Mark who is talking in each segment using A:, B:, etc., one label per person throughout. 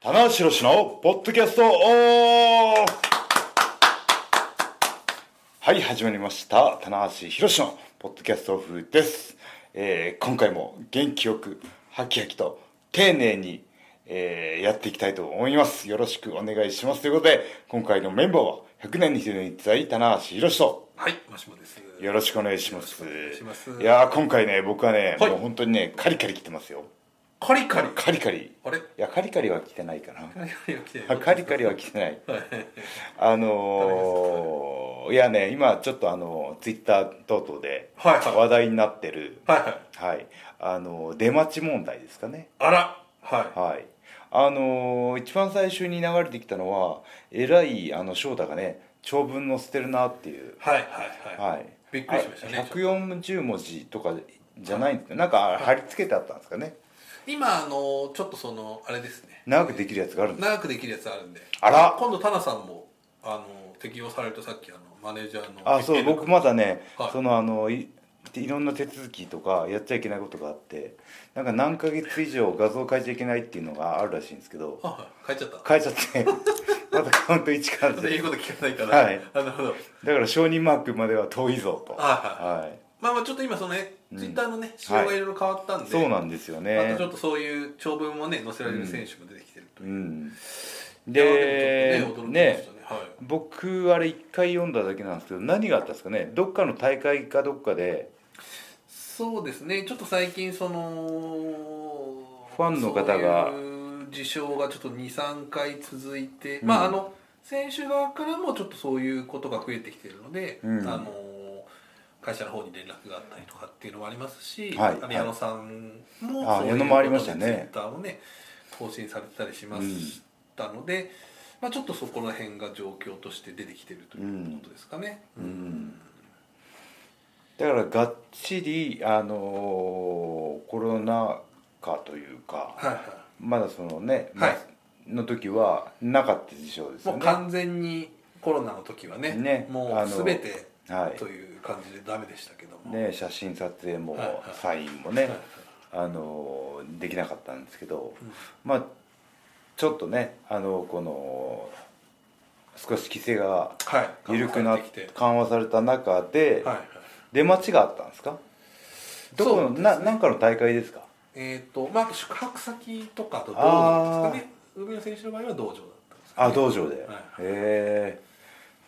A: 棚橋宏のポッドキャストオフはい始まりました棚橋宏のポッドキャストオフです、えー今回も元気よくハキハキと丁寧に、えーやっていきたいと思いますよろしくお願いしますということで今回のメンバーは100年に一度に伝え棚橋宏と
B: はい、マシモです。
A: よろしくお願いします。
B: よろしくお願いします
A: いやー今回ね僕はね、
B: はい
A: もう本当にねカリカリ来てますよ。
B: カリカリ。
A: カリカリ。
B: あれ
A: いやカリカリは来てないかな。
B: カリカリが来て
A: あ
B: る。
A: カリカリは来てない。あのー、いやね今ちょっとあのツイッター等々で
B: はいはい
A: 話題になってる、
B: はいはい。
A: はい、あのー出待ち問題ですかね。
B: あら。は
A: はい。あのー一番最初に流れてきたのはえらいあの翔太がね長文載せてるなっていう
B: い。はいはいはい。
A: はい、
B: びっくりしましたね
A: あ140文字とかじゃないんですねなんか貼り付けてあったんですかね
B: 今あのちょっとそのあれですね。
A: 長くできるやつがあるんです
B: 長くできるやつあるんで。
A: あら
B: 今度タナさんもあの適用されるとさっきあのマネージャーの。
A: あそう僕。まだね、
B: はい
A: そのあのいいろんな手続きとかやっちゃいけないことがあってなんか何ヶ月以上画像変えちゃいけないっていうのがあるらしいんですけど
B: あはい。変えちゃった。 ち
A: 変えちゃってまだカウント1から
B: ょっと
A: で
B: 言うこと聞かないから。
A: はい
B: あなるほど。
A: だから承認マークまでは遠いぞと
B: はい
A: はい
B: まあまあちょっと今そのね、
A: うん
B: ツイッターのね仕様がいろいろ変わったんで。
A: そう
B: ま
A: なんですよ
B: た
A: ね
B: ちょっとそういう長文もね載せられる選手も出てきてると
A: う
B: いう。
A: ん
B: いや
A: で
B: もちょっとね驚きま
A: ね
B: したね。はい。
A: 僕あれ1回読んだだけなんですけど何があったんですかねどっかの大会かどっかで
B: そうですねちょっと最近その
A: ファンの方が
B: そういう事象がちょっと23回続いて、
A: うん
B: まああの選手側からもちょっとそういうことが増えてきているので、
A: うん
B: あの会社の方に連絡があったりとかっていうのもありますし、
A: はい
B: あの矢野さんも
A: あ
B: そうい
A: 矢
B: う
A: 野もありましたね
B: ツイッターもね更新されてたりしましたので、まあ、ちょっとそこら辺が状況として出てきてるということですかね。
A: うんだからがっちりあのーコロナ禍というか
B: はいはい
A: まだそのね、
B: は
A: ま
B: い
A: あの時はなかった事象です
B: も
A: よ
B: う
A: ね
B: 完全にコロナの時はね
A: ね
B: も
A: あ
B: う
A: の
B: 全て
A: は
B: という感じでダメでしたけど
A: い
B: も、
A: ね写真撮影も
B: はいはい
A: サインも
B: はい
A: ね
B: はい
A: あのーできなかったんですけど
B: うん
A: まあちょっとねあのこの少し規制が
B: はい
A: 緩くなっ
B: 緩てきて
A: 緩和された中で
B: はいはい
A: 出待ちがあったんですかどこの
B: そうですね
A: ななんかの大会ですか
B: えっ、とまあ宿泊先とかと道
A: あー
B: 場ですかね海の選手の場合は道場だったんですかね
A: あ道場で、へ
B: はい
A: え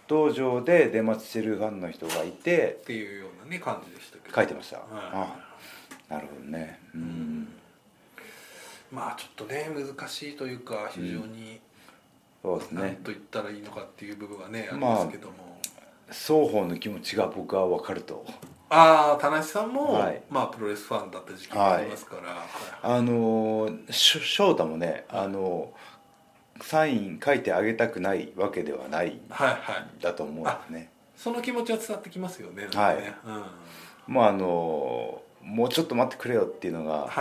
A: 道場で出待ちしてるファンの人がいて
B: っていうようなね感じでしたけど
A: 書いてました、
B: は
A: あなるほどねう
B: い、
A: ん
B: まあちょっとね難しいというか非常に
A: そうです
B: 何
A: ね
B: と言ったらいいのかっていう部分はねあり
A: まあ
B: ますけども、
A: 双方の気持ちが僕は分かると
B: ああ田無さんも、
A: はい
B: まあプロレスファンだった時期がありますから、はい
A: あのーしょ翔太もねあのーサイン書いてあげたくないわけではない
B: はいはい
A: だと思うんですね
B: その気持ちは伝わってきますよね。
A: はい
B: なんかねうん。はい
A: まああのーもうちょっと待ってくれよっていうのが、
B: はい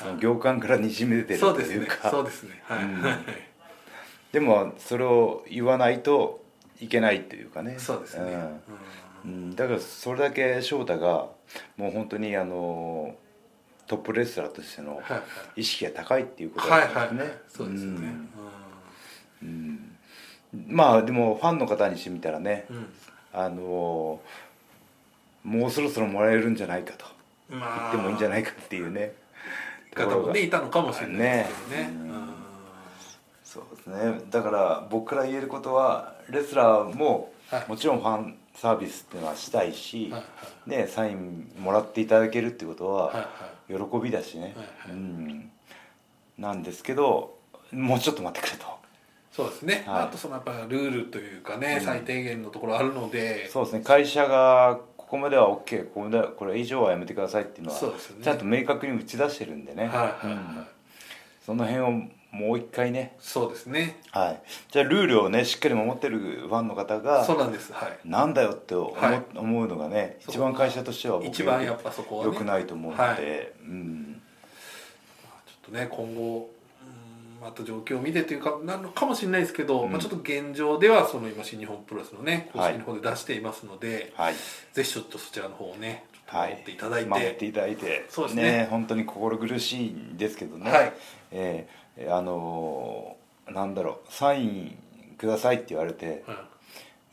A: そ
B: は
A: の
B: い。
A: 行間からにじみ出てる
B: そう
A: と
B: です
A: い
B: ね
A: うか。
B: そうですね。はい。
A: うん
B: はい
A: でもそれを言わないといけないというかね
B: そうですね。
A: う
B: うんん
A: うんだからそれだけ翔太がもう本当にあのトップレスラーとしての
B: はい
A: 意識が高いっていうこと
B: はい。はい
A: だ
B: は
A: ったん
B: い
A: で
B: は
A: す
B: い
A: ね。
B: そうですよね。
A: うんうんまあでもファンの方にしてみたらね
B: うん。
A: あのもうそろそろもらえるんじゃないかと
B: うん
A: 言
B: ま
A: ってもいいんじゃないいかっていうねとこ
B: 方
A: ろ
B: も
A: が
B: ねいたのかもしれないですけどね
A: ね。
B: うん
A: うんそうですねだから僕から言えることはレスラーも
B: はい
A: もちろんファンサービスっていうのはしたいし、
B: はい
A: ね、サインもらっていただけるってこと
B: はい
A: は
B: は
A: 喜びだしね、
B: はいはい
A: うん、なんですけどもうちょっと待ってくれと
B: い。そうですね。
A: はい
B: あとそのやっぱルールというかね最低限のところあるので。
A: そうですね会社がここまでは OK ここまではこれ以上はやめてくださいっていうのは
B: そうですよね
A: ちゃんと明確に打ち出してるんでね、
B: はいはいはい
A: うん。その辺をもう一回ね、
B: そうですね。
A: はい、じゃあルールをねしっかり守ってるファンの方が
B: そうなんです。はい。
A: なんだよって思,、
B: はい
A: 思うのがね
B: そこ
A: 一番会社としては僕
B: 一番やっぱそこはね
A: 良くないと思うので、
B: はい
A: うん、
B: ちょっとね今後うんまた状況を見てというかなのかもしれないですけど、
A: うん
B: まあ、ちょっと現状ではその今新日本プロレスのね公
A: はい
B: 式の方で出していますので、
A: はい、
B: ぜひちょっとそちらの方をねちょっと
A: は
B: 守
A: い、
B: っていただいて,、
A: 守っていただいて
B: そうですね
A: 本当に心苦しいんですけどね、
B: はい
A: えーえーあのーなんだろうサインくださいって言われて
B: うん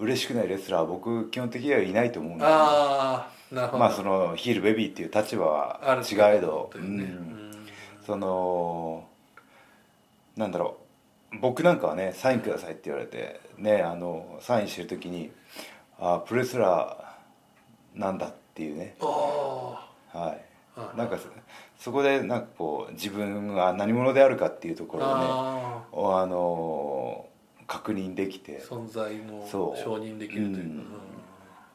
A: 嬉しくないレスラーは僕基本的にはいないと思うんですよ
B: ああなるほど
A: まあそのヒールベビーっていう立場
B: あ
A: は
B: る
A: 違えど、
B: と
A: う
B: いうね
A: ん、そのなんだろう僕なんかはねサインくださいって言われてねあのサインしてる時にあプロレスラーなんだっていうね
B: ああ
A: はい
B: はい
A: なんかそそこでなんかこう自分が何者であるかっていうところをね
B: あ
A: おあの確認できて
B: ー存在の
A: そう
B: 承認できる
A: う
B: という
A: ん
B: か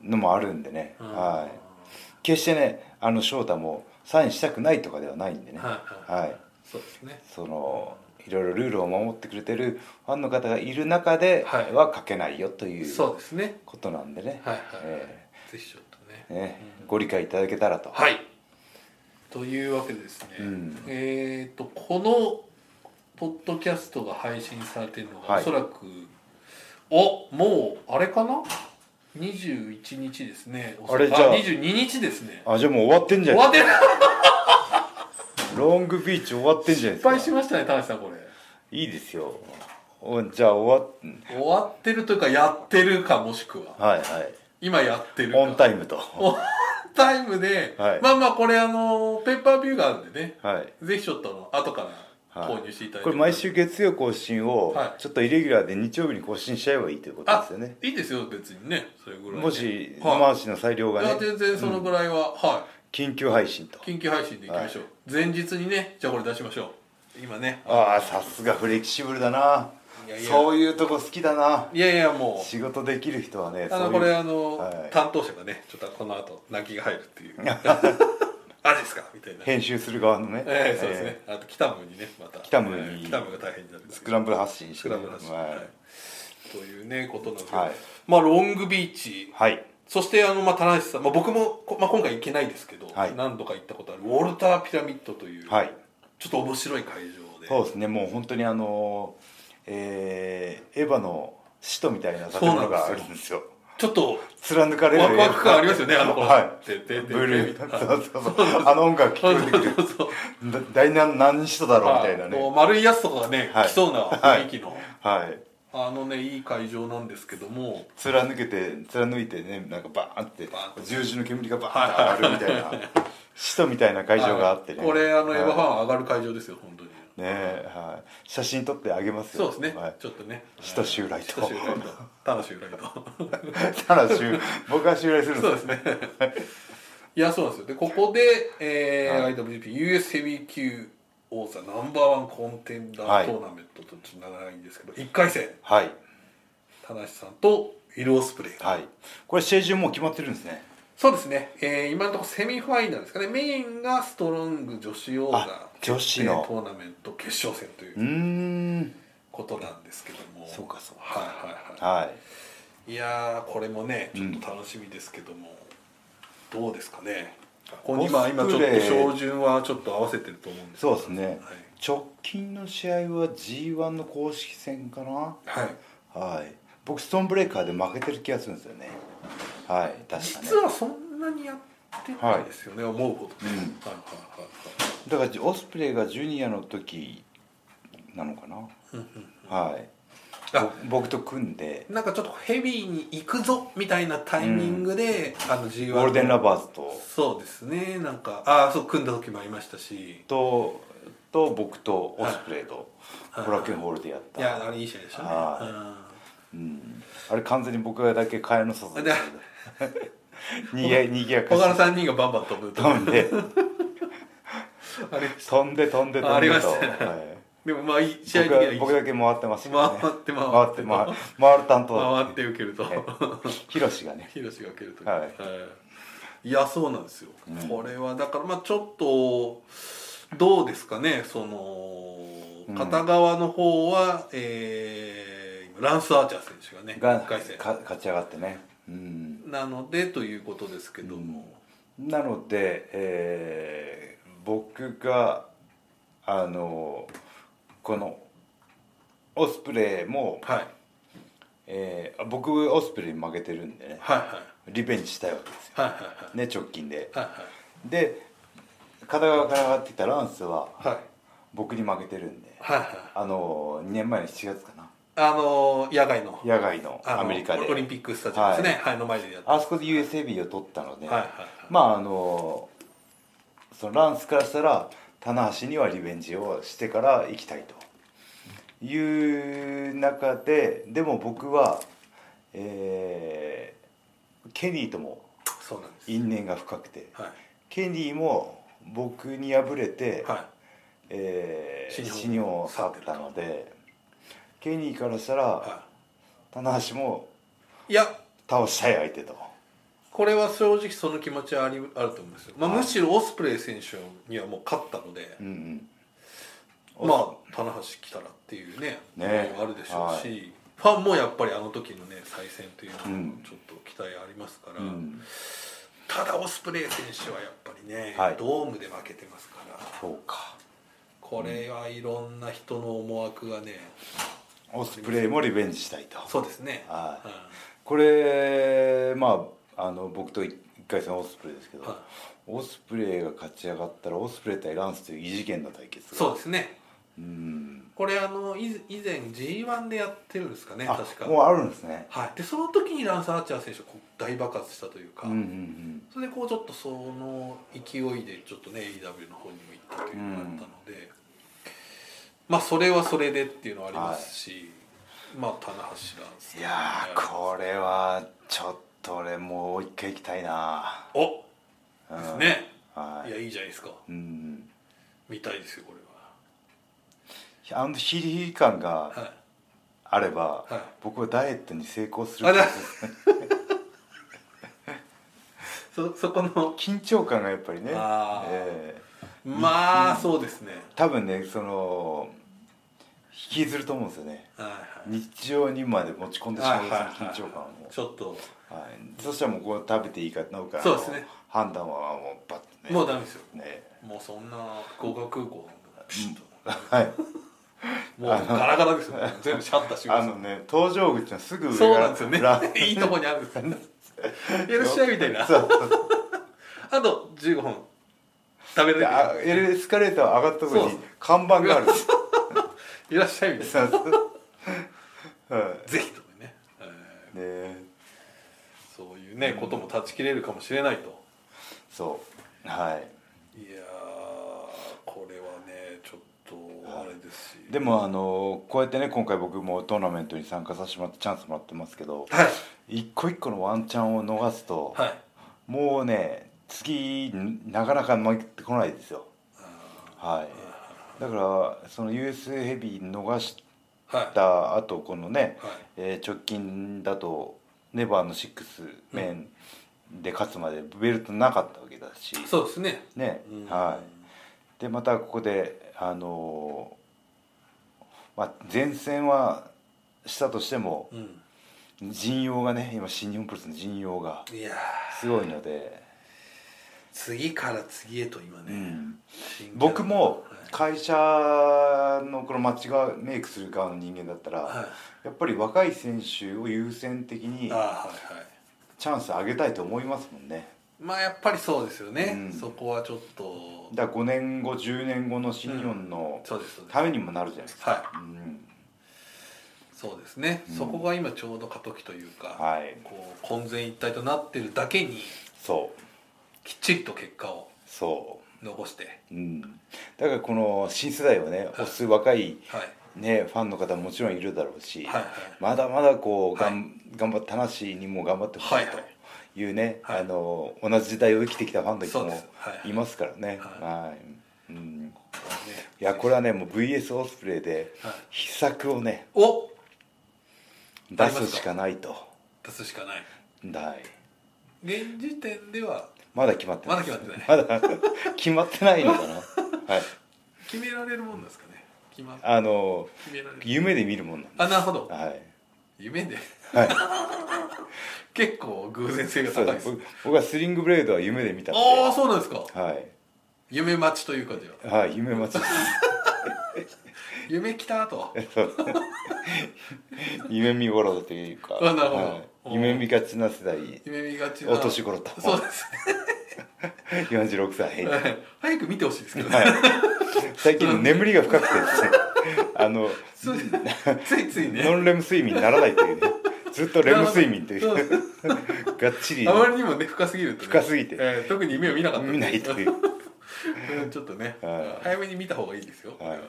A: のもあるんでね、
B: うん
A: はい決してねあの翔太もサインしたくないとかではないんでね、
B: はい
A: はい
B: そうですね
A: そのいろいろルールを守ってくれてるファンの方がいる中で
B: はい
A: は書けないよという
B: そうですね
A: ことなんでね、
B: はいはい
A: え
B: ぜひちょっとね
A: ーねご理解いただけたらと、
B: はいというわけでですね
A: うん
B: えっとこのポッドキャストが配信されてるのが
A: はい
B: おそらくおもうあれかな21日ですね
A: あれじゃあ
B: 22日ですね
A: あじゃあもう終わってんじゃ
B: 終
A: ない
B: わってない
A: ロングビーチ終わってんじゃないです
B: 失
A: か
B: 敗しましたね田橋さんこれ
A: いいですよおじゃあ終わっ
B: 終わってるというかやってるかもしくは
A: はいはい
B: 今やってるか
A: オンタイムと
B: オンタイムで、
A: はい
B: まあまあこれあのペーパービューがあるんでね
A: はい
B: ぜひちょっとあの後から
A: はい
B: 購入していただいて、
A: これ毎週月曜更新を
B: はい
A: ちょっとイレギュラーで日曜日に更新しちゃえばいいということですよね、
B: いいですよ別にねそれぐらいね
A: もし
B: はい
A: 生足の裁量が
B: い
A: ね
B: や全然そのぐらいは、は
A: 緊急配信と
B: い緊急配信でいきましょう、前日にねじゃあこれ出しましょう今ね
A: ああさすがフレキシブルだない
B: やいや
A: そういうとこ好きだない
B: やいやもう
A: 仕事できる人はねそ
B: あ
A: う
B: の
A: いう
B: これあの、
A: はい
B: 担当者がねちょっとこの後泣きが入るっていう あれですかみたいな
A: 編集する側のね、
B: ええそうですね
A: え、
B: あと北ムにねまた
A: 北ムに
B: ええ北ムが大変になるんで
A: ース
B: すけ
A: ク
B: ど
A: ランブル発信して
B: スクラムだし、
A: はい
B: はい、というねことなんですけど、
A: はい
B: まあロングビーチ
A: はい
B: そしてあのまあ棚橋さん、まあ、僕もこ、まあ、今回行けないですけど、
A: はい
B: 何度か行ったことあるウォルターピラミッドという、
A: はい
B: ちょっと面白い会場で
A: そうですねもう本当にあのえーエヴァの使徒みたいな建物があるんですよ
B: ちょっと
A: 貫かれる
B: ワクワク感ありますよねあの頃
A: はい
B: てててて
A: ブルー
B: はい
A: そうそうそうあの音楽
B: そう
A: 聞こ
B: そ
A: えてくる
B: うそう
A: だ大難何人だろうみたいな
B: も
A: ね
B: う丸いやつとかがね、
A: はい
B: 来そうな雰囲気の、
A: はい
B: あのねいい会場なんですけども
A: 貫けて貫いてねなんかバーンって
B: バーンって
A: 十字の煙がバーンって上がるみたいな使徒みたいな会場があってね
B: はいこれあのエヴァファン
A: は
B: は上がる会場ですよ本当に
A: いねえはい写真撮ってあげます
B: そう
A: よ
B: ですね、
A: はい
B: ちょっとね
A: 人襲来と
B: 人襲来と他の襲来と
A: ただ しゅ僕は襲来するん
B: そ
A: で
B: うですすねいやそうなんですよでここで、えー
A: はい
B: IWGP US ヘビー級王座ナンバーワンコンテンダートーナメントとちょっと長いんですけど、一1回戦
A: はい
B: 田無さんとイル・オスプレイが、
A: はいこれ試合順もう決まってるんですね
B: そうですね、えー今のところセミファイナルですかねメインがストロング女子王座
A: あ女子の
B: 決定トーナメント決勝戦という
A: うーん
B: ことなんですけども
A: そうかそうか
B: はいはいはい
A: はい
B: いやーこれもねちょっと楽しみですけども、どうですかねここに今今
A: オ
B: ちょ
A: ス
B: っ
A: プレ
B: と
A: イ
B: 照準はちょっと合わせてると思うんですけ
A: そ
B: ど
A: うですね直近の試合は G1 の公式戦かな
B: はい、はい、
A: はい僕ストーンブレイカーで負けてる気がするんですよねはい確かね
B: 実はそんなにやってないですよね、思うほど、ねはいはいはいはい
A: だからオスプレイがジュニアの時なのかな、はい
B: あ
A: ぼ僕と組んで
B: なんかちょっとヘビーに行くぞみたいなタイミングで、あの G1
A: ゴールデンラバーズと
B: そうですねなんかああそう組んだ時もありましたし
A: とと僕とオスプレイと
B: はい
A: コラケンホールでやっ
B: い
A: た、
B: やあれいい試合でしたね、
A: は
B: うん
A: うん、あれ完全に僕だけ替えの外ですけど にぎやにぎや
B: 他の
A: か
B: 3人がバンバン飛ぶと
A: 飛んで
B: あれ
A: 飛んで飛んで飛んでと
B: ありましたね
A: はい
B: でもまあいい試合
A: 僕
B: 的にはいい
A: は僕だけ回ってますよね
B: 回って回
A: 回っ
B: って
A: て回回る担当だ
B: 回
A: った
B: って受けると
A: ヒロシがね
B: ヒロシが受けると
A: はい
B: い、いやそうなんですよ、これはだからまあちょっとどうですかねその片側の方は、えーランス・アーチャー選手がね
A: が
B: 1回戦
A: か勝ち上がってねうん
B: なのでということですけども、
A: なので、えー僕があのこのオスプレイも、
B: はい、
A: えー僕オスプレイに負けてるんでね
B: はいはい
A: リベンジしたいわけですよ、
B: はいは
A: ね、直近で
B: いはいはい
A: で片側から上がってきたランスは
B: はいはい
A: 僕に負けてるんで
B: はいはい
A: あの2年前の7月かな
B: あの野外の
A: 野外の
B: あの
A: アメリカで
B: オリンピックスタジアムですね、はいの前でやった、
A: あそこで USAB を取ったので、
B: はいはい
A: まああのそのランスからしたら棚橋にはリベンジをしてから行きたいという中ででも僕は、えーケニーとも
B: そうなんです
A: 因縁が深くて
B: は
A: ケニーも僕に敗れて、
B: い、は
A: え
B: 新日
A: ー、
B: 本
A: 死にを去ったのでケニーからしたら、
B: いは
A: 棚橋も
B: い、いや
A: 倒したい相手と。
B: これは正直その気持ちはありあると思うんですよ、まあ、
A: はい
B: むしろオスプレイ選手にはもう勝ったので、
A: うんうん
B: まあ棚橋来たらっていうね
A: ね
B: 思いはあるでしょうし、
A: は
B: ファンもやっぱりあの時のね再戦というのは
A: うん
B: ちょっと期待ありますから、
A: うん
B: ただオスプレイ選手はやっぱりね、
A: はい
B: ドームで負けてますから
A: そうか
B: これはいろんな人の思惑がね
A: オスプレイもリベンジしたいと
B: そうですね
A: は
B: うん
A: これまああの僕と1回戦オスプレイですけど、
B: はい
A: オスプレイが勝ち上がったらオスプレイ対ランスという異次元の対決が
B: そうですね
A: うん
B: これあのい以前 G1 でやってるんですかね
A: あ
B: 確か
A: もうあるんですね
B: はい、でその時にランス・アーチャー選手がこう大爆発したというか、
A: うんうん
B: それでこうちょっとその勢いでちょっとね AEW の方にも行ったというのがあったので、まあそれはそれでっていうのはありますし、まあ棚橋ランス
A: うんいやーこれはちょっと俺もう一回行きたいな
B: お
A: うん
B: ですね、
A: はいい
B: やいいじゃないですか
A: うん
B: 見たいですよこれ
A: あのヒリヒリ感
B: は
A: が
B: はい
A: あれば、
B: はい
A: 僕はダイエットに成功する
B: あだそそこの
A: 緊張感がやっぱりね、
B: あー
A: え
B: まあそうですね
A: え多分ねその引きずると思うんですよね
B: はいはい
A: 日常にまで持ち込んでしまうその緊張感を、
B: ちょっと
A: はい、そしたらもうこう食べていいかどうかの
B: そうですね
A: 判断はもうバッとね
B: もうダメですよ
A: ね
B: もうそんな福岡空港のピシッと
A: はい
B: もうガラガラですよ全部シャッターしてくだ
A: あ
B: さい
A: のね搭乗口のすぐ上
B: そう
A: が
B: なんですよね
A: ラ
B: いいとこにあるんですよねいらっしゃいみたいな
A: そう
B: あと15分食べれ
A: で
B: る
A: あエスカレーター上がったところに看板があるんです
B: いらっしゃいみたい
A: そうそうは
B: なぜひとかね、え
A: いね
B: ーそういうねことも断ち切れるかもしれないと
A: そうはい
B: いやーこれはねちょっとあれですし
A: でもあのこうやってね今回僕もトーナメントに参加させてもらってチャンスもらってますけど
B: はい
A: 一個一個のワンチャンを逃すと、
B: はい
A: もうね次なかなか回ってこないですよはいだからその US ヘビー逃し
B: はい
A: た後このね、
B: はい
A: えー直近だとネバーの6面で勝つまでベルトなかったわけだし、
B: そうですね
A: ね、
B: うん
A: はいでまたここであのーまあ、前線はしたとしても
B: うん
A: 陣容がね今新日本プロレスの陣容が
B: いやー
A: すごいので、
B: 次から次へと今ね、
A: うん
B: 新キャラ
A: 僕も
B: は
A: 会社のこのマッチがメイクする側の人間だったら、
B: い、はい
A: やっぱり若い選手を優先的に
B: ああはいはい
A: チャンス上げたいと思いますもんね
B: まあやっぱりそうですよね、
A: うん
B: そこはちょっと
A: だから5年後10年後の新日本の
B: そうですそうです
A: ためにもなるじゃないですか、
B: は
A: うん
B: いそうですね、
A: うん
B: そこが今ちょうど過渡期というか、
A: はい
B: こう混然一体となってるだけに
A: そう
B: きっちりと結果を
A: そう
B: 残して
A: うん、だからこの新世代をね推す若い、
B: はい
A: ね、ファンの方ももちろんいるだろうし、
B: はいはい
A: まだまだこう、が
B: は
A: ん頑張ったなしにも頑張ってほしい
B: はいは
A: というね、
B: はい
A: あの同じ時代を生きてきたファンの人
B: そう
A: も
B: ですはい
A: いますからね。
B: は
A: はいうん、
B: ね
A: いやこれはねもう VS オスプレイで
B: はい
A: 秘策をね
B: お
A: 出すしかないと。
B: 出すしかない
A: はい
B: 現時点では
A: まだ決まってない
B: まだ決まって
A: ない まだ決まってないのかなはい
B: 決められるもんなんですかね決ま
A: あの
B: 決められる
A: 夢で見るもんなんで
B: あなるほど
A: すはい
B: 夢で
A: はい
B: 結構偶然性が
A: そう
B: 高い
A: で
B: ですす
A: 僕僕はスリングブレードは夢で見たの
B: ああそうなんですか
A: で、はい
B: 夢待ちというかでは
A: はい、夢待ちです
B: 夢来たと
A: 夢見頃というか
B: あなるほど
A: はい夢見がちな世代
B: 夢見がちな
A: お年頃と
B: そうですね
A: 46歳、はい
B: 早く見てほしいですけどね、
A: 最近眠りが深くてです ねあの
B: そう ついついね
A: ノンレム睡眠にならないというねずっとレム睡眠という
B: そうそう
A: がっちり
B: あまりにもね深すぎるとね、
A: 深すぎて
B: えー特に夢を見なかった
A: 見ないという
B: うん ちょっとね、
A: は
B: 早めに見た方がいいですよ、
A: はい
B: うん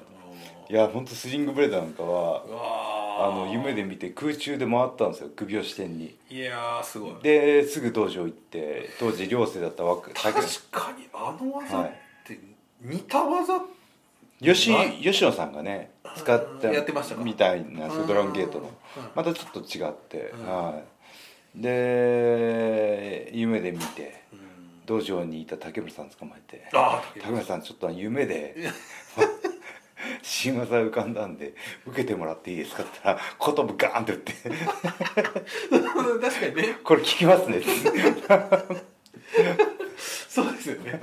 A: いや本当スリングブレーダーなんかは
B: うわ
A: あ
B: ー
A: の夢で見て空中で回ったんですよ首を支点に
B: いやーすごい
A: ですぐ道場行って当時寮生だった若
B: 確かにあの技
A: は
B: っ
A: い
B: て似た技、
A: 吉
B: まあ
A: 吉野さんがね使った
B: やってましたか
A: みたいなんです
B: う
A: よ
B: ん
A: ドラゴンゲートの
B: うん
A: またちょっと違って、
B: うん
A: はいで夢で見て
B: うん
A: 道場にいた竹村さん捕まえて
B: あー
A: 竹村さんちょっと夢で
B: いや
A: 新技浮かんだんで受けてもらっていいですかって言ったら言葉ガーンって打って
B: 確かにね
A: 「これ効きますね」って
B: そうですよね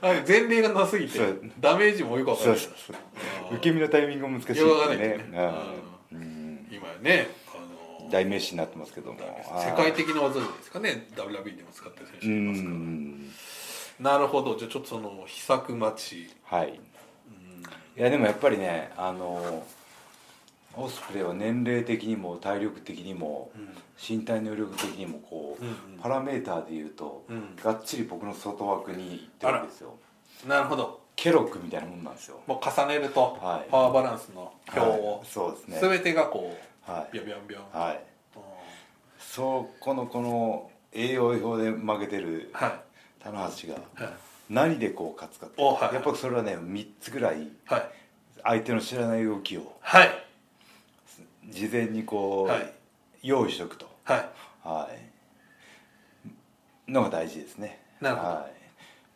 B: あの前例がなすぎて
A: そう
B: ダメージもよくわかん
A: そ
B: な
A: う
B: い
A: そうそう
B: あー
A: 受け身のタイミングも難しいです
B: よくわかんな
A: ね
B: いですね
A: はいうん
B: 今やね、あのー
A: 代名詞になってますけども
B: 世界的な技じゃないですかね WWE でも使ってる選手
A: う
B: いますから、
A: ん
B: なるほどじゃあちょっとその秘策待ち、
A: はい
B: うん
A: いやでもやっぱりねあのオスプレイは年齢的にも体力的にも身体能力的にもこう、
B: うんうん
A: パラメーターでいうと、
B: うん
A: がっちり僕の外枠に行ってるんですよ
B: なるほど
A: ケロックみたいなもんなんですよ
B: もう重ねると
A: はい
B: パワーバランスの表
A: は
B: を
A: い、そうですね
B: 全てがこ
A: は
B: う
A: い
B: ビ、ョンビョンビョン、
A: はい、
B: うん
A: そこのこの栄養表で負けてる
B: は
A: 棚橋が
B: いはい
A: 何でこう勝つかって、
B: おはい
A: やっぱそれはね3つぐらい
B: はい
A: 相手の知らない動きを
B: はい
A: 事前にこう、
B: はい
A: 用意しておくと
B: はい
A: はい、のが大事ですね。
B: なるほど
A: はい、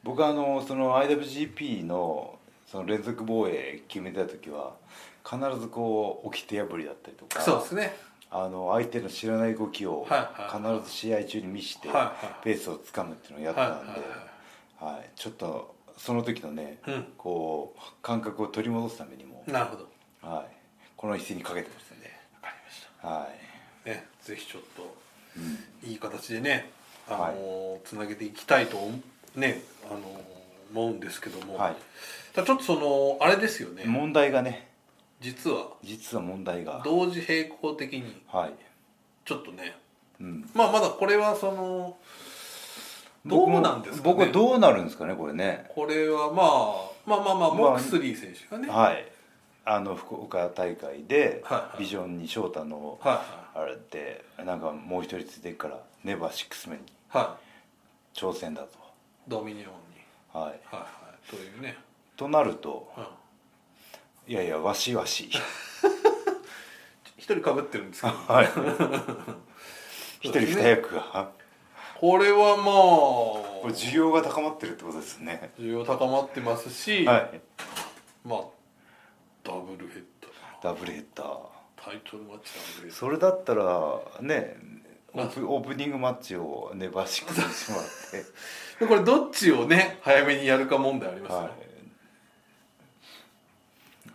A: 僕はあのその IWGP のその連続防衛決めた時は必ずこう起き手破りだったりとか
B: そうですね
A: あの相手の知らない動きを
B: はいはい
A: 必ず試合中に見して
B: はいはい
A: ペースをつかむっていうのをや
B: は
A: っ
B: いは
A: て
B: い
A: たんで、はい、ちょっとその時のね、
B: うん
A: こう感覚を取り戻すためにも
B: はい、なるほどわ
A: はい、この一戦にかけてますんで、
B: かりました
A: はい
B: ねぜひちょっと
A: うん
B: いい形でねあのーつなげていきたいとねあのー思うんですけども、
A: はい、
B: ただちょっとそのあれですよね
A: 問題がね
B: 実は
A: 実は問題が
B: 同時並行的に
A: はい、
B: ちょっとね
A: うん、
B: まあまだこれはそのどうなんですかね
A: 僕はどうなるんですかねこれね
B: これはまあまあまあまあ
A: まあ
B: モクスリー選手がね、はい
A: はいあの福岡大会で
B: はいはい
A: ビジョンに翔太の
B: は
A: あれってなんかもう一人ついてるからネバーシックスメンに
B: いは
A: 挑戦だ
B: いドミニオンに
A: とはい
B: はいはいというね、
A: となると
B: うん、
A: いやいやわしわし
B: 一人かぶってるんですけど
A: はい
B: そ
A: 一
B: う
A: 人
B: ですね
A: 二役が
B: これは
A: こ
B: ま
A: れ
B: あ
A: 需要が高まってるってことですね
B: 需要高まってますし、
A: はい
B: まあダブルヘッダ
A: ダ
B: ー
A: ブルヘッダー
B: タイトルマッチダブルヘッダー
A: それだったらねオープオープニングマッチをネバーシックスにしてもらって
B: でこれどっちをね早めにやるか問題ありますよね、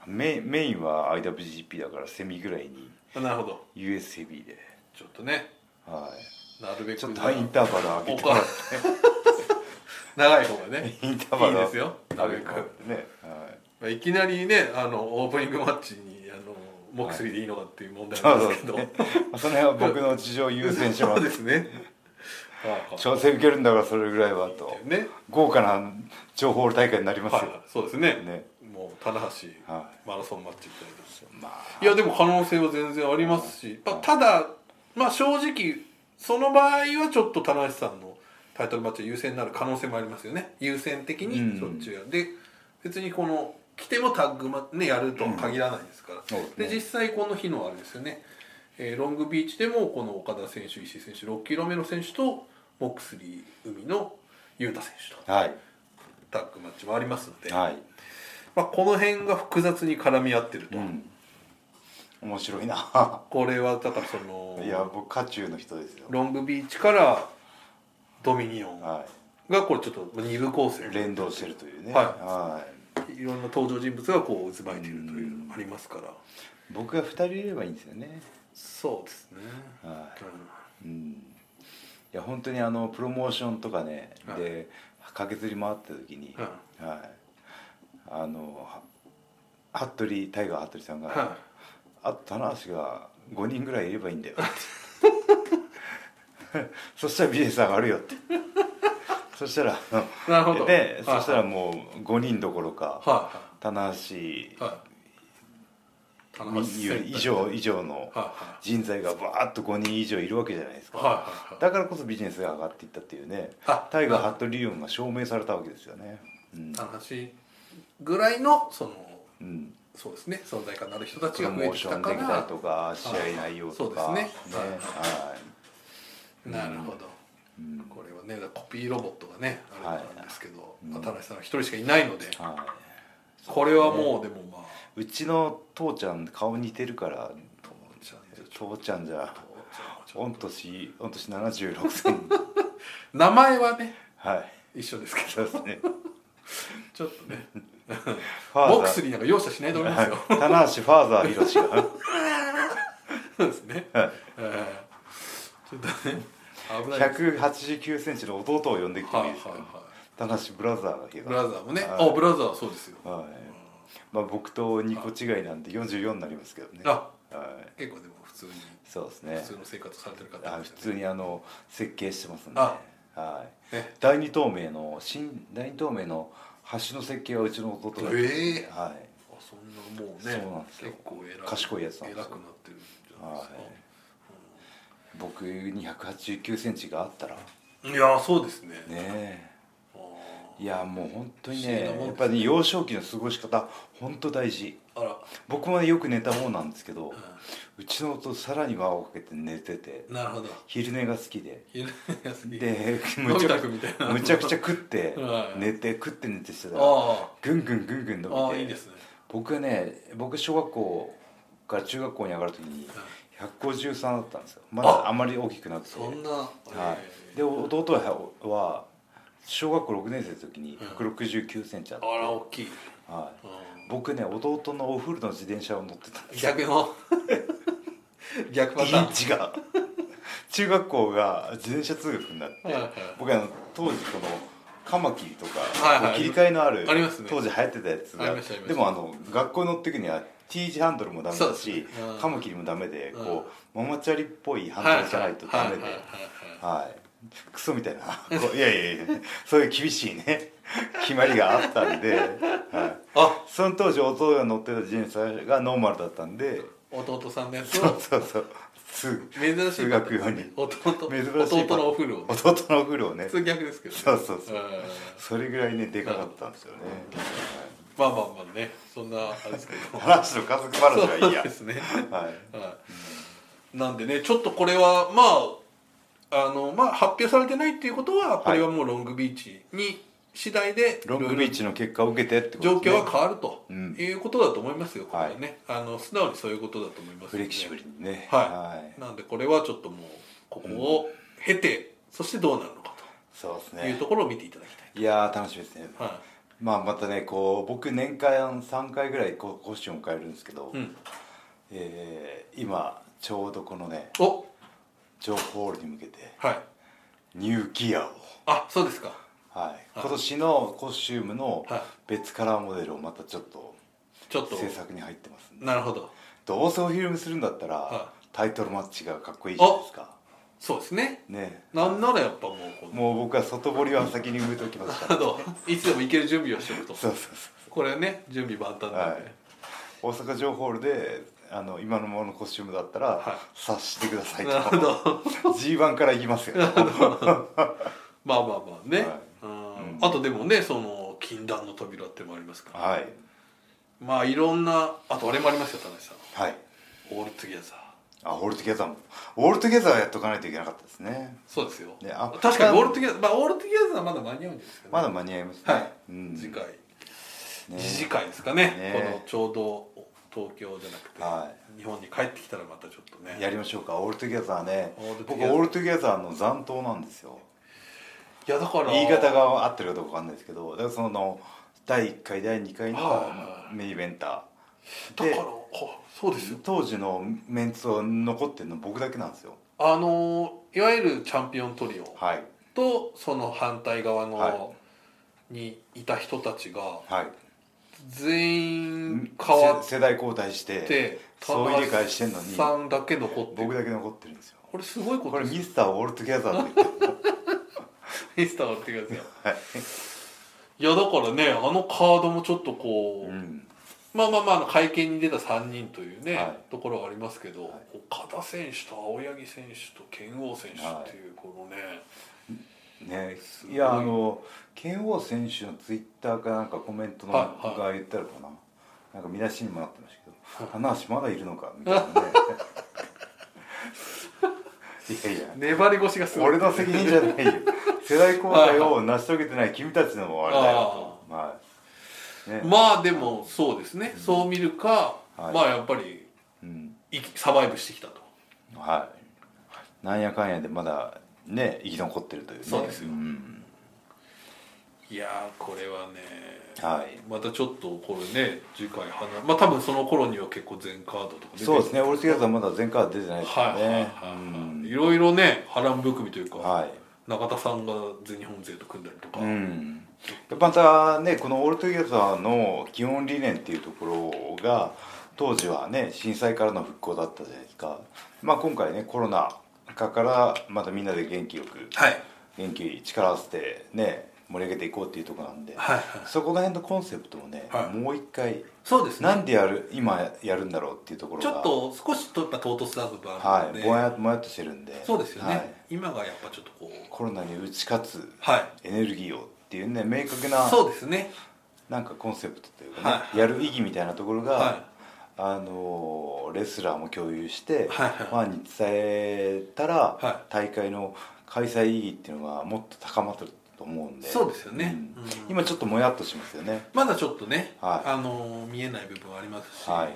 A: はい、メインメインは IWGP だからセミぐらいに
B: なるほど
A: US ヘビーで、
B: ちょっとね
A: は
B: なるべ
A: い、
B: く
A: ちょっとインターバル上げてもらって
B: 長い方がね
A: インターバル
B: いいですよな
A: 上
B: る
A: げて
B: べく
A: もらってね、はい、
B: まあ、いきなりねあのオープニングマッチにあのモクスリーでいいのかっていう問題なんですけど、
A: そうですねまあその辺は僕の事情を優先しま
B: そうですすねはいはい
A: 調整受けるんだからそれぐらいはと
B: ね
A: 豪華な情報大会になります
B: はい
A: よ、
B: はいそうですね
A: ね
B: もう棚橋、
A: は
B: マラソンマッチみたいですよ
A: まあ
B: いやでも可能性は全然ありますし、まあ、ただまあ正直その場合はちょっと棚橋さんのタイトルマッチが優先になる可能性もありますよね優先的
A: う
B: に
A: ん
B: そっちが、で別にこの来てもタッグマ、ね、やるとは限らないですから、
A: そうですね
B: で実際この日のあれですよね、えーロングビーチでもこの岡田選手石井選手6キロ目の選手とモックスリー海の雄太選手と
A: はい
B: タッグマッチもありますので、
A: はい、
B: まあ、この辺が複雑に絡み合ってると、
A: うん、面白いな
B: これはだからその
A: いや僕渦中の人ですよ
B: ロングビーチからドミニオンが
A: はい
B: これちょっと二部構成
A: 連動してるというね、
B: はい
A: はい
B: いろんな登場人物がこう渦巻いているというのがありますから
A: 僕が2人いればいいんですよね、
B: そうですね、
A: は
B: う
A: い
B: ん
A: うん、いや本当にあのプロモーションとかね、
B: はい
A: で駆けずり回った時に、
B: はい
A: はい、あのは服部タイガー服部さんが「
B: は
A: あと棚橋が5人ぐらいいればいいんだよ」って そしたらビジネス上がるよ」ってそしたら
B: いなるほど
A: でそ
B: はい
A: したらもう5人どころか
B: は
A: 棚
B: い
A: 橋
B: はいはい
A: 以上以上の
B: は
A: 人材がバーッと5人以上いるわけじゃないです
B: い
A: か
B: はいはいはい
A: だからこそビジネスが上がっていったっていうね
B: あ
A: タイガー・ハット・リウンが証明されたわけですよね。うん
B: 話ぐらいのその
A: うん、
B: そうですね存在感のある人たち
A: プロ
B: が増え
A: モ
B: て
A: ー
B: き
A: シ
B: た
A: ョン
B: か
A: できたり
B: ら
A: とか試合内容とか
B: そうですね
A: はい
B: なるほど、
A: ん
B: これはねだからコピーロボットがねあるんですけど、
A: いうん
B: 新しさんは一人しかいないので、
A: は
B: これはもうでもまあ
A: い、うちの父ちゃん顔似てるから
B: 父ちゃんじゃちょっ
A: 父ちゃんじゃ
B: とちょ
A: 御
B: っと
A: 年御年76歳
B: 名前はね
A: はい
B: 一緒ですけ
A: そ
B: ど
A: うですね
B: ちょっとね
A: ファ
B: ボ
A: ー
B: ク
A: ザ
B: ス
A: ー
B: リーなんか容赦しないと思いますよ
A: はい棚橋ファーザー宏が
B: そうですね、
A: はい
B: えーちょっとね危ないです
A: 1 8 9ンチの弟を呼んできて
B: は
A: も
B: い
A: い
B: は
A: で
B: いい
A: すか、
B: は
A: 棚橋ブラザー
B: い
A: が
B: ブラザーもね、
A: はい
B: あブラザーはそうですよ、
A: はいまあ、僕と2個違いなんで44になりますけどね、は
B: あ
A: い、
B: 結構でも普通に
A: そうです
B: 普
A: ね
B: 通の生活されてる方
A: あ
B: で
A: 普
B: すよ
A: 通にあの設計してますんで、
B: あ
A: はい
B: ね、
A: 第二透明の新第二透明の橋の設計はうちの弟がやってますね
B: ええ
A: はい
B: あそんなもう
A: そうな
B: ね
A: んですよ
B: 結構偉い
A: 賢いやつなん
B: 偉
A: で
B: く
A: す
B: な
A: よ
B: ってるんじゃないですか、
A: はい僕に1 8 9ンチがあったらね
B: うんいやそうですね
A: え
B: あ
A: いやもう本当に
B: 不思議なも
A: ね
B: んですね
A: やっぱり、ね、幼少期の過ごし方本当大事
B: ーあら、
A: 僕もねよく寝た方なんですけど
B: う
A: うちの弟さらに輪をかけて寝てて
B: ん、なるほど
A: 昼寝が好きで
B: 昼休み
A: でむ
B: む
A: ち
B: ち
A: ゃ
B: ゃ
A: く
B: くみたいな
A: むちゃくちゃ食って
B: はい
A: 寝て食って寝てしてたら
B: あ
A: ぐんぐんぐんぐん
B: ー
A: 伸
B: あーい
A: び
B: い
A: て
B: ですね
A: 僕はね僕小学校から中学校に上がる時に153だったんですよまだ
B: あ
A: あまり大きくなくて
B: そんな、
A: は
B: え
A: い、
B: ー
A: で弟はは小学校6年生の時に1 6 9センチあって、
B: あら大きい、
A: はい、
B: う
A: 僕ね弟のお風呂の自転車を乗ってたんで
B: ん、
A: すよ
B: 逆の 逆パターン
A: リンチが中学校が自転車通学になって、
B: はいはい
A: 僕あの当時このカマキリとか、
B: はいはい
A: こう切り替えのある
B: ありますね
A: 当時流行ってたやつ
B: あ
A: が
B: りましたありました
A: でもあの学校に乗ってくには T 字ハンドルもダメ
B: そう
A: だ
B: です
A: し
B: ね、うん
A: カマキリもダメで、
B: うん
A: こうママチャリっぽいハンドルじゃないとダメで、
B: はいはいはいは
A: はい、クソみたいなこういやいやいやそういう厳しいね 決まりがあったんで、はい
B: いはいあ
A: その当時弟が乗ってた自転車がノーマルだったんで
B: 弟さんのやつ
A: そ
B: を
A: うそうそうす
B: 珍しい
A: 通学用に
B: 弟
A: 珍しい
B: 弟のお風呂をね
A: 弟のお風呂をね
B: 普通逆ですけど、ね、
A: そうそうそう
B: うん
A: それぐらいねでかかったんですよね
B: まあまあまあねそんなあれですけ ど
A: 話の家族話はいい
B: そう
A: や
B: ですね
A: はい
B: はいなんでねちょっとこれはまああのまあ発表されてないっていうことはこれはもうロングビーチに次第で
A: ロングビーチの結果を受けてってこと
B: 状
A: ですね
B: 況は変わると
A: うん
B: いうことだと思いますよ、これはね、あの素直にそういうことだと思いま
A: フ
B: すので
A: レキシブルにね
B: はい
A: はい
B: なんでこれはちょっともうここを経て、そしてどうなるのか
A: そうです
B: とい
A: ね
B: うところを見ていただきたい、
A: いやー楽しみですね
B: は
A: まあまたねこう僕年間3回ぐらいこうコッションを変えるんですけど
B: いうん、
A: えー今ちょうどこのね
B: お
A: 情報ホールに向けて
B: はい
A: ニューギアを
B: あそうですか
A: はい今年のコスチュームの
B: はい
A: 別カラーモデルをまたちょっと
B: ちょっと
A: 制作に入ってますんで
B: なるほど
A: どうせお披露目するんだったら、
B: は
A: タイトルマッチがかっこいいじゃないですか
B: そうですね
A: ね
B: なんならやっぱもうこの
A: もう僕は外堀は先に埋めておきますか
B: あ
A: ら
B: のいつでも行ける準備をしておくと
A: そうそうそ
B: これね準備万端なんで、
A: はい大阪城ホールであの今のもののコスチュームだったら、
B: は
A: 察してくださいと
B: なるほど
A: G1 からいきますよ
B: まあまあまあね、
A: はい
B: うん
A: うん
B: あとでもねその禁断の扉ってのもありますから、
A: はい
B: まあいろんなあとあれもありますよ田中さん
A: はい
B: オールトゥギャザー
A: あオールトゥゲザーもオールトゥゲザーはやっとかないといけなかったですね
B: そうですよ、
A: ねあ
B: 確かにオールトゥギャザー、まあ、オールトゥギャザーはまだ間に合うんですけど、
A: まだ間に合いますね、
B: はい
A: うん、
B: 次回、
A: ね
B: 次次回ですかね
A: ね
B: このちょうど東京じゃなくて、
A: は
B: 日本に帰ってきたらまたちょっとね
A: やりましょうかオールトゥゲザーね
B: オールト
A: 僕
B: ゥゲザー
A: オールトゥゲザーの残党なんですよ
B: いやだから
A: 言い方が合ってるかどうかわかんないですけどだからその第1回第2回の
B: は
A: メインイベンター
B: だから
A: で
B: あそうですよ
A: 当時のメンツは残ってるの僕だけなんですよ
B: あのいわゆるチャンピオントリオ
A: はい
B: とその反対側の、
A: は
B: にいた人たちが
A: はい
B: 全員変わっ
A: せ世代交代して
B: て
A: そう入れ替えしてんのに
B: 田中さんだけ残ってる
A: 僕だけ残ってるんですよ
B: これすごいこ
A: ことれ
B: ですよ
A: ミスターオールトゥギャザーって言 ってる
B: ミスターがってください
A: はい
B: いやだからねあのカードもちょっとこう、
A: うん
B: まあまあまああの会見に出た3人というね、
A: はい
B: ところがありますけど、
A: はい
B: 岡田選手と青柳選手と剣王選手っていうこのね、
A: ね
B: すごい
A: いやあの剣王選手のツイッターかなんかコメントの
B: はいはい
A: が言ったのかななんか見出しにもなってましたけど
B: はい
A: 棚橋まだいるのかみたいな ねいやいや
B: 粘り腰がすごい
A: 俺の責任じゃないよ世代交代を成し遂げてない君たちのもあれだよとまあね
B: まあでもそうですね、そう見るか、
A: はい
B: まあやっぱり
A: うん
B: 生きサバイブしてきたと
A: はいなんやかんやでまだね生き残ってるというね
B: そうですよ
A: ん
B: いやーこれはね、
A: はい
B: またちょっとこれね次回話まあ多分その頃には結構全カードとか出てる
A: そうですね俺杉原さんまだ前回は出てないです
B: はい
A: よ
B: はいはい
A: ね
B: は
A: う
B: い
A: ん
B: いろいろね波乱含みというか、
A: はい
B: 中田さんが全日本勢と組んだりとか、
A: うんやっぱまたねこのオールトゥギャザーの基本理念っていうところが当時はね震災からの復興だったじゃないですかまあ今回ねコロナ禍からまたみんなで元気よく
B: はい
A: 元気に力を合わせてね盛り上げていこうっていうところなんで、
B: はいはい
A: そこら辺のコンセプトもね、
B: はい
A: もう一回
B: そうです
A: な
B: ね
A: んでやる今やるんだろうっていうところ
B: ちょ
A: が
B: っと少しとやっぱ唐突な部分ある
A: は
B: ので、
A: いぼやぼやっとしてるんで
B: そうですよね、
A: はい
B: 今がやっぱちょっとこう
A: コロナに打ち勝つ
B: はい
A: エネルギーをっていうね明確な
B: そうですね
A: なんかコンセプトというかね、
B: はい
A: やる意義みたいなところが、
B: は
A: あのーレスラーも共有して、
B: はいはい
A: ファンに伝えたら、
B: は
A: 大会の開催意義っていうのがもっと高まってると思うんで
B: そうですよね
A: うん
B: うん
A: 今ちょっともやっとしますよね
B: まだちょっとね、
A: はい
B: あのー見えない部分はありますし、
A: はい、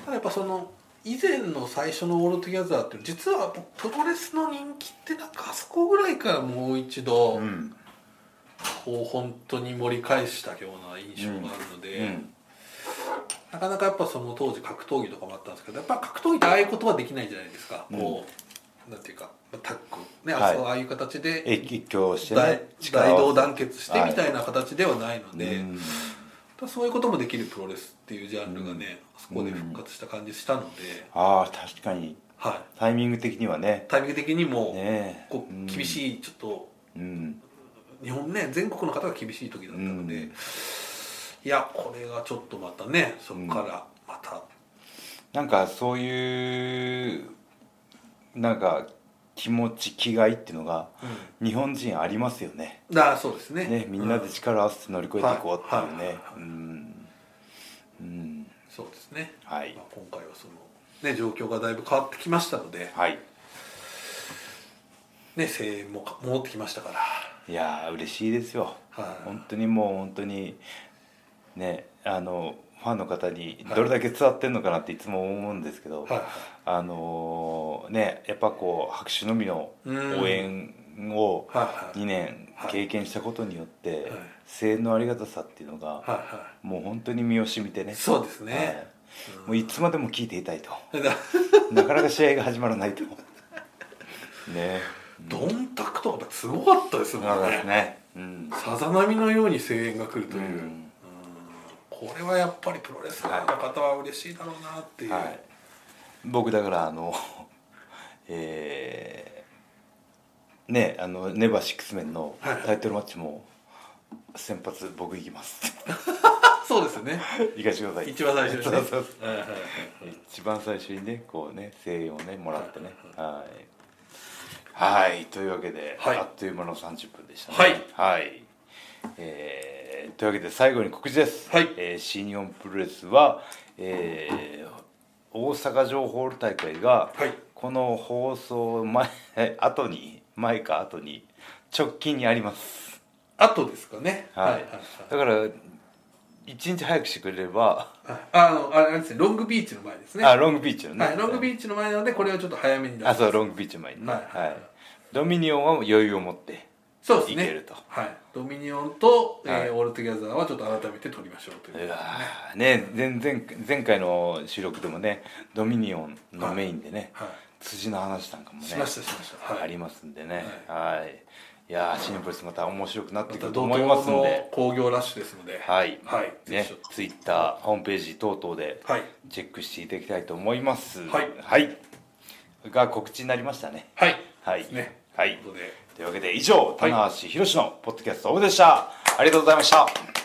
B: ただやっぱその以前の最初の「オールトゥギャザー」って実はプロレスの人気ってなんかあそこぐらいからもう一度、
A: うん
B: こう本当に盛り返したような印象があるので、
A: うん
B: なかなかやっぱその当時格闘技とかもあったんですけどやっぱ格闘技ってああいうことはできないじゃないですか、
A: うん
B: こうなんていうかタッグね、
A: はい
B: あそうああいう形で
A: え一挙して
B: 大
A: ね
B: 大
A: を
B: 同団結してみたいな形ではないので、
A: うん
B: ただそういうこともできるプロレスっていうジャンルがね、あそこで復活した感じしたので、
A: ああ確かに
B: は
A: タイミング的にはね
B: い、タイミング的にも、
A: ね
B: こう厳
A: い、
B: しいちょっと
A: うん
B: 日本ね全国の方が厳しい時だったので、
A: うん
B: いやこれがちょっとまたねそこからまた、
A: なんかそういうなんか気持ち気概っていうのが
B: うん
A: 日本人ありますよね
B: だからそうですね
A: ねみんなで
B: う
A: 力を合わせて乗り越えていこうっていう
B: はいはい
A: ね
B: はい
A: うんうん
B: そうですね、
A: はい
B: まあ、今回はその、ね、状況がだいぶ変わってきましたので、
A: はい
B: ね、声援もか戻ってきましたから
A: いやー嬉しいですよ
B: はい
A: 本当にもう本当にねあのファンの方にどれだけ伝わってんのかなっていつも思うんですけど、
B: はい
A: あのーねやっぱこう拍手のみの
B: うん
A: 応援を
B: はい
A: 2
B: はい
A: 年
B: はい
A: 経験したことによって、
B: い
A: 声援のありがたさっていうのが、
B: はいは
A: もう本当に身を染みてね
B: いそうですね、
A: はいもういつまでも聞いていたいと
B: だ
A: なかなか試合が始まら ないとね
B: ドンタクとかやっぱすごかったです
A: そ
B: も
A: うなん
B: ん
A: です
B: ね
A: ね、うん、
B: さざ波のように声援が来るという、
A: う
B: うん
A: ん
B: これはやっぱりプロレスラーの方は嬉しいだろうなっていう、
A: はい、僕だからあの えー、ねあのネバーシックスメンの
B: はい
A: タイトルマッチも先発僕行きます
B: あそうですね
A: 行かして ください
B: 一番最初に
A: そうそ
B: ね
A: うそう
B: はいはいはい
A: 一番最初にねこうね声援をねもらってねはいはいというわけで、
B: はい
A: あっという間の30分でした
B: はい
A: ねはいえーというわけで最後に告知です、
B: はい
A: えー新日本プロレスは、えー大阪城ホール大会が、
B: はい
A: この放送前 後に前か後に直近にあります
B: あとですかね
A: はい
B: はいはいはい
A: だから一日早くしてくれれば、
B: ああのあれですねロングビーチの前ですね
A: あロングビーチのね、
B: はい、ロングビーチの前なのでこれはちょっと早めに出す
A: あそうロングビーチ前にね、
B: は
A: はいいドミニオンは余裕を持って
B: そうですね
A: いけると
B: はい、ドミニオンと、
A: は
B: え
A: い
B: ー、オールトゥギャザーはちょっと改めて撮りましょうと
A: う
B: いう
A: わーね前前前回の収録でもねドミニオンのメインでね、
B: はい
A: 辻の話なんかもね
B: しましたしましたはい
A: ありますんでねはい、い、やーシンプルスまた面白くなっ
B: ま
A: てく
B: た
A: ると
B: 怒
A: 思い
B: 涛
A: ますんで
B: の興行ラッシュですのでは
A: はい、
B: はいぜ
A: ね
B: ひちょっ、
A: ツイッターホームページ等々で
B: はい
A: チェックしていただきたいと思います
B: はい
A: が告知になりましたね
B: はい
A: はい、
B: ね
A: は
B: とい
A: いう
B: ことで
A: というわけで以上棚橋宏のポッドキャストオブでしたありがとうございました